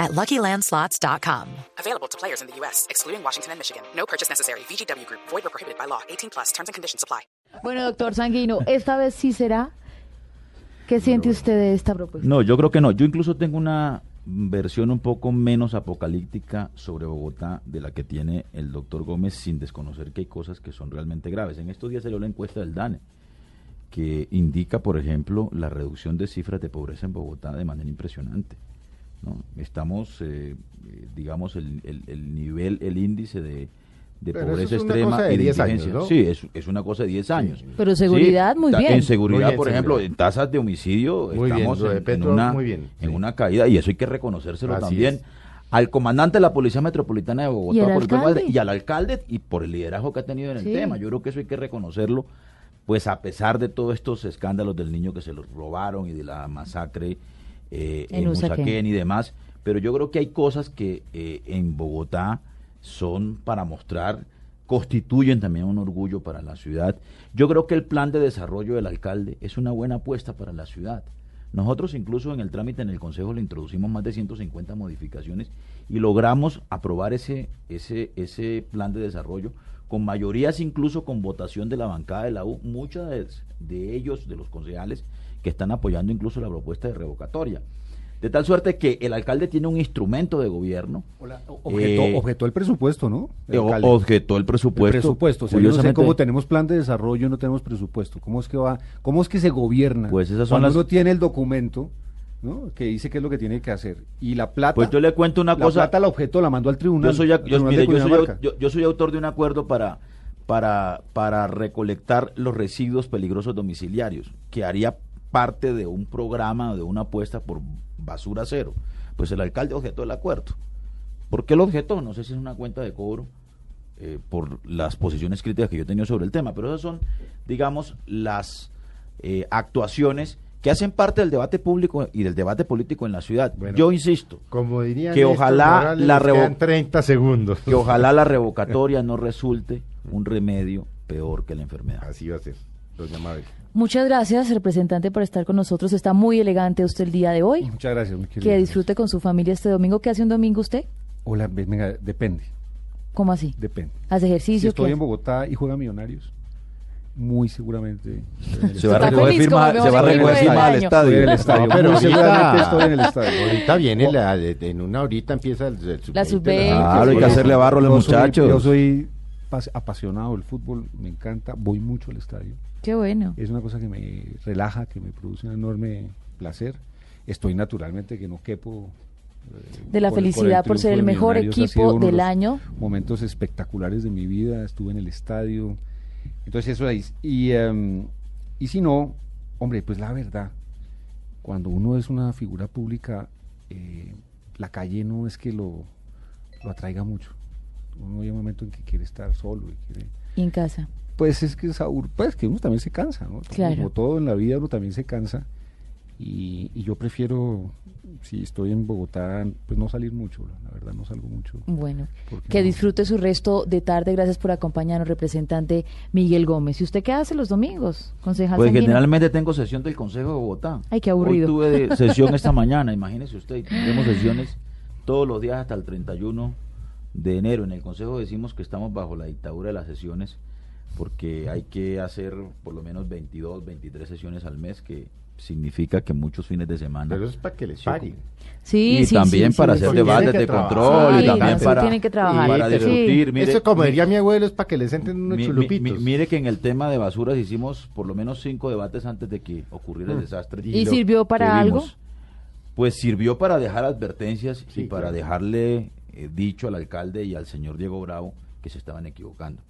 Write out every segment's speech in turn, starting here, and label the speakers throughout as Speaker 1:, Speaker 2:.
Speaker 1: at luckylandslots.com.
Speaker 2: Available to players in the U.S., excluding Washington and Michigan. No purchase necessary. VGW Group, void or prohibited by law. 18 plus terms and conditions apply.
Speaker 3: Bueno, doctor Sanguino, esta vez sí será. ¿Qué siente usted de esta
Speaker 4: pues.
Speaker 3: propuesta?
Speaker 5: No, yo creo que no. Yo incluso tengo una versión un poco menos apocalíptica sobre Bogotá de la que tiene el doctor Gómez, sin desconocer que hay cosas que son realmente graves. En estos días salió la encuesta del DANE, que indica, por ejemplo, la reducción de cifras de pobreza en Bogotá de manera impresionante. ¿no? Estamos, eh, eh, digamos, el, el- el nivel, el índice de, de
Speaker 4: Pero
Speaker 5: pobreza
Speaker 4: eso es una
Speaker 5: extrema
Speaker 4: cosa de
Speaker 5: y
Speaker 4: 10 años,
Speaker 5: indigencia.
Speaker 4: ¿no?
Speaker 5: Sí, es, es una cosa de 10 años.
Speaker 3: Pero
Speaker 5: Sí,
Speaker 3: seguridad, muy
Speaker 5: ta-
Speaker 3: bien.
Speaker 5: En seguridad,
Speaker 4: Muy bien,
Speaker 5: por ejemplo,
Speaker 4: seguridad.
Speaker 5: en tasas de homicidio
Speaker 4: Muy bien,
Speaker 5: estamos
Speaker 4: lo de
Speaker 5: en- en,
Speaker 4: Petro,
Speaker 5: una,
Speaker 4: muy bien,
Speaker 5: en
Speaker 4: sí.
Speaker 5: una caída y eso hay que reconocérselo
Speaker 4: Así
Speaker 5: también.
Speaker 4: es.
Speaker 5: Al comandante de la Policía Metropolitana de Bogotá
Speaker 3: ¿Y al
Speaker 5: por el tema de-
Speaker 3: alcalde?
Speaker 5: y al alcalde y por el liderazgo que ha tenido en el
Speaker 3: Sí.
Speaker 5: tema. Yo creo que eso hay que reconocerlo, pues a pesar de todos estos escándalos del niño que se los robaron y de la masacre eh,
Speaker 3: En
Speaker 5: en
Speaker 3: Usaquén.
Speaker 5: Usaquén y demás. Pero yo creo que hay cosas que eh, en Bogotá son para mostrar, constituyen también un orgullo para la ciudad. Yo creo que el plan de desarrollo del alcalde es una buena apuesta para la ciudad. Nosotros incluso en el trámite en el Consejo le introducimos más de 150 modificaciones y logramos aprobar ese, ese, ese plan de desarrollo con mayorías incluso con votación de la bancada de la U, muchos de, de ellos, de los concejales, que están apoyando incluso la propuesta de revocatoria. De tal suerte que el alcalde tiene un instrumento de gobierno,
Speaker 6: Objetó,
Speaker 5: Eh,
Speaker 6: objetó el presupuesto, ¿no? El
Speaker 5: eh, o-
Speaker 6: alcalde.
Speaker 5: objetó el presupuesto.
Speaker 6: El presupuesto. O sea, yo no sé
Speaker 5: Curiosamente,
Speaker 6: cómo tenemos plan de desarrollo, no tenemos presupuesto. ¿Cómo es que va? ¿Cómo es que se gobierna?
Speaker 5: Pues esas son
Speaker 6: Cuando
Speaker 5: las-
Speaker 6: uno tiene el documento, ¿no? Que dice qué es lo que tiene que hacer y la plata.
Speaker 5: Pues yo le cuento una
Speaker 6: la
Speaker 5: cosa.
Speaker 6: plata la objetó, la mandó al tribunal.
Speaker 5: yo soy, ac- yo-
Speaker 6: al tribunal
Speaker 5: mire,
Speaker 6: de
Speaker 5: yo soy au-
Speaker 6: Cundinamarca.
Speaker 5: yo- yo soy autor de un acuerdo para, para, para recolectar los residuos peligrosos domiciliarios, que haría parte de un programa, de una apuesta por basura cero. Pues el alcalde objetó el acuerdo. ¿Por qué lo objetó? No sé si es una cuenta de cobro eh, por las posiciones críticas que yo he tenido sobre el tema, pero esas son, digamos, las eh, actuaciones que hacen parte del debate público y del debate político en la ciudad.
Speaker 4: Bueno.
Speaker 5: yo insisto,
Speaker 4: Como diría
Speaker 5: Que ojalá la revo-
Speaker 4: revocación 30 segundos.
Speaker 5: que ojalá la revocatoria no resulte un remedio peor que la enfermedad.
Speaker 4: Así va a ser, doña Mabel.
Speaker 3: Muchas gracias, representante, por estar con nosotros. Está muy elegante usted el día de hoy.
Speaker 6: Muchas gracias. muy querido.
Speaker 3: Que disfrute con su familia este domingo. ¿Qué hace un domingo usted?
Speaker 6: Hola, ve- venga, depende,
Speaker 3: ¿Cómo así?
Speaker 6: depende.
Speaker 3: ¿Hace
Speaker 6: Si
Speaker 3: ejercicio? ¿Qué
Speaker 6: estoy en
Speaker 3: hace?
Speaker 6: Bogotá y juega Millonarios, muy seguramente
Speaker 5: Se va a
Speaker 3: Está
Speaker 5: recoger
Speaker 3: feliz como
Speaker 5: firma,
Speaker 3: me
Speaker 5: se
Speaker 3: voy
Speaker 5: va
Speaker 3: a
Speaker 5: a recoger
Speaker 3: recoger
Speaker 5: firma
Speaker 3: del
Speaker 5: al
Speaker 3: año.
Speaker 6: estoy en el
Speaker 5: estadio.
Speaker 6: estadio.
Speaker 4: No, pero
Speaker 6: Muy
Speaker 4: ahorita-
Speaker 6: seguramente estoy en el estadio.
Speaker 4: Ahorita viene, la, de- en una horita empieza el, el sub-20,
Speaker 3: La sub-20,
Speaker 5: Claro, hay que
Speaker 4: Por eso.
Speaker 5: hacerle barro a los
Speaker 6: Yo soy- Yo
Speaker 5: muchachos.
Speaker 6: soy pas- apasionado del fútbol, me encanta, voy mucho al estadio.
Speaker 3: Qué bueno.
Speaker 5: Eh,
Speaker 6: Es una cosa que me relaja, que me produce un enorme placer. Estoy naturalmente que no quepo. eh,
Speaker 3: De la
Speaker 6: por el-
Speaker 3: felicidad por
Speaker 6: triunfo
Speaker 3: ser el
Speaker 6: de
Speaker 3: mejor
Speaker 6: Millonarios. Ha
Speaker 3: equipo
Speaker 6: sido uno de
Speaker 3: del
Speaker 6: los
Speaker 3: año.
Speaker 6: Momentos espectaculares de mi vida, estuve en el estadio. Entonces eso es. Y, em, y si no, hombre, pues la verdad, cuando uno es una figura pública, eh, la calle no es que lo, lo atraiga mucho. Uno hay un momento en que quiere estar solo y quiere
Speaker 3: Y en casa.
Speaker 6: pues es que Saúl, pues que uno también se cansa, ¿no?
Speaker 3: Claro.
Speaker 6: Como todo en la vida uno también se cansa. Y, y yo prefiero, si estoy en Bogotá, pues no salir mucho, la verdad no salgo mucho.
Speaker 3: Bueno,
Speaker 6: ¿Por qué
Speaker 3: que
Speaker 6: no?
Speaker 3: disfrute su resto de tarde. Gracias por acompañarnos, representante Miguel Gómez. ¿Y usted qué hace los domingos, concejal
Speaker 5: Pues
Speaker 3: Sanguino?
Speaker 5: generalmente tengo sesión del Consejo de Bogotá.
Speaker 3: Ay, qué aburrido.
Speaker 5: Hoy tuve de- sesión esta mañana, imagínese usted. Tenemos sesiones todos los días hasta el 31 de enero. En el Consejo decimos que estamos bajo la dictadura de las sesiones porque hay que hacer por lo menos 22, 23 sesiones al mes, que significa que muchos fines de semana.
Speaker 4: Pero eso es para que les
Speaker 5: Sí,
Speaker 4: paguen.
Speaker 3: Sí,
Speaker 5: y
Speaker 3: sí,
Speaker 5: también
Speaker 3: sí,
Speaker 5: para
Speaker 3: sí,
Speaker 5: hacer
Speaker 3: sí.
Speaker 5: debates
Speaker 4: Tienen que
Speaker 5: de
Speaker 4: trabajar.
Speaker 5: control
Speaker 3: Sí,
Speaker 5: y también
Speaker 3: eso
Speaker 5: para,
Speaker 3: tienen que trabajar.
Speaker 5: para
Speaker 4: Sí, pero-
Speaker 5: discutir. Mire,
Speaker 4: eso como
Speaker 5: mi-
Speaker 4: diría mi abuelo es para que les entren unos
Speaker 5: mi- mi-
Speaker 4: chulupitos.
Speaker 5: mi- mire que en el tema de basuras hicimos por lo menos cinco debates antes de que ocurriera
Speaker 4: Ah.
Speaker 5: el desastre.
Speaker 3: ¿Y
Speaker 5: lo
Speaker 3: sirvió
Speaker 5: que
Speaker 3: para algo?
Speaker 5: Pues sirvió para dejar advertencias y
Speaker 4: Sí,
Speaker 5: para
Speaker 4: claro.
Speaker 5: dejarle eh, dicho al alcalde y al señor Diego Bravo que se estaban equivocando.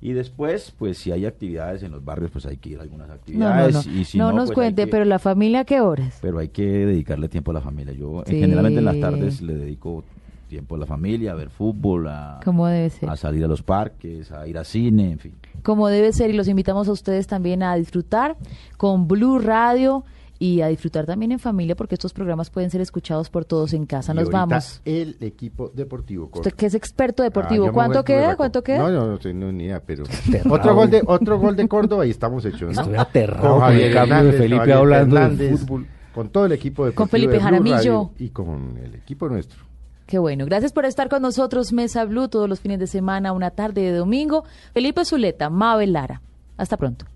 Speaker 5: Y después, pues si hay actividades en los barrios, pues hay que ir a algunas
Speaker 3: No, no,
Speaker 5: actividades.
Speaker 3: no.
Speaker 5: y si
Speaker 3: No
Speaker 5: no,
Speaker 3: nos
Speaker 5: pues, hay
Speaker 3: cuente,
Speaker 5: que-
Speaker 3: pero la familia, ¿qué horas?
Speaker 5: pero hay que dedicarle tiempo a la familia. Yo eh,
Speaker 3: Sí.
Speaker 5: generalmente en las tardes le dedico tiempo a la familia, a ver fútbol, a,
Speaker 3: Como debe ser.
Speaker 5: a salir a los parques, a ir a cine, en fin.
Speaker 3: Como debe ser. Y los invitamos a ustedes también a disfrutar con Blue Radio y a disfrutar también en familia porque estos programas pueden ser escuchados por todos en casa.
Speaker 4: Y
Speaker 3: Nos
Speaker 4: ahorita
Speaker 3: vamos.
Speaker 4: El equipo deportivo.
Speaker 3: Usted que es experto deportivo,
Speaker 4: Ah, yo me voy
Speaker 3: ¿cuánto
Speaker 4: a Club
Speaker 3: queda?
Speaker 4: Barraco.
Speaker 3: ¿Cuánto queda?
Speaker 4: No, no, no tengo ni idea, pero.
Speaker 7: Aterrado.
Speaker 4: otro, gol de, otro gol de Córdoba y estamos hechos. ¿no?
Speaker 7: Estoy aterrado
Speaker 4: Con
Speaker 7: con
Speaker 4: Javier
Speaker 7: el cambio
Speaker 4: Hernández,
Speaker 7: de Felipe
Speaker 4: Javier
Speaker 7: hablando de
Speaker 4: Hernández,
Speaker 7: fútbol.
Speaker 4: Con todo el equipo deportivo.
Speaker 3: Felipe
Speaker 4: de Blue Radio
Speaker 3: Jaramillo.
Speaker 4: Y con el equipo nuestro.
Speaker 3: Qué bueno. Gracias por estar con nosotros, Mesa Blue, todos los fines de semana, una tarde de domingo. Felipe Zuleta, Mabel Lara. Hasta pronto.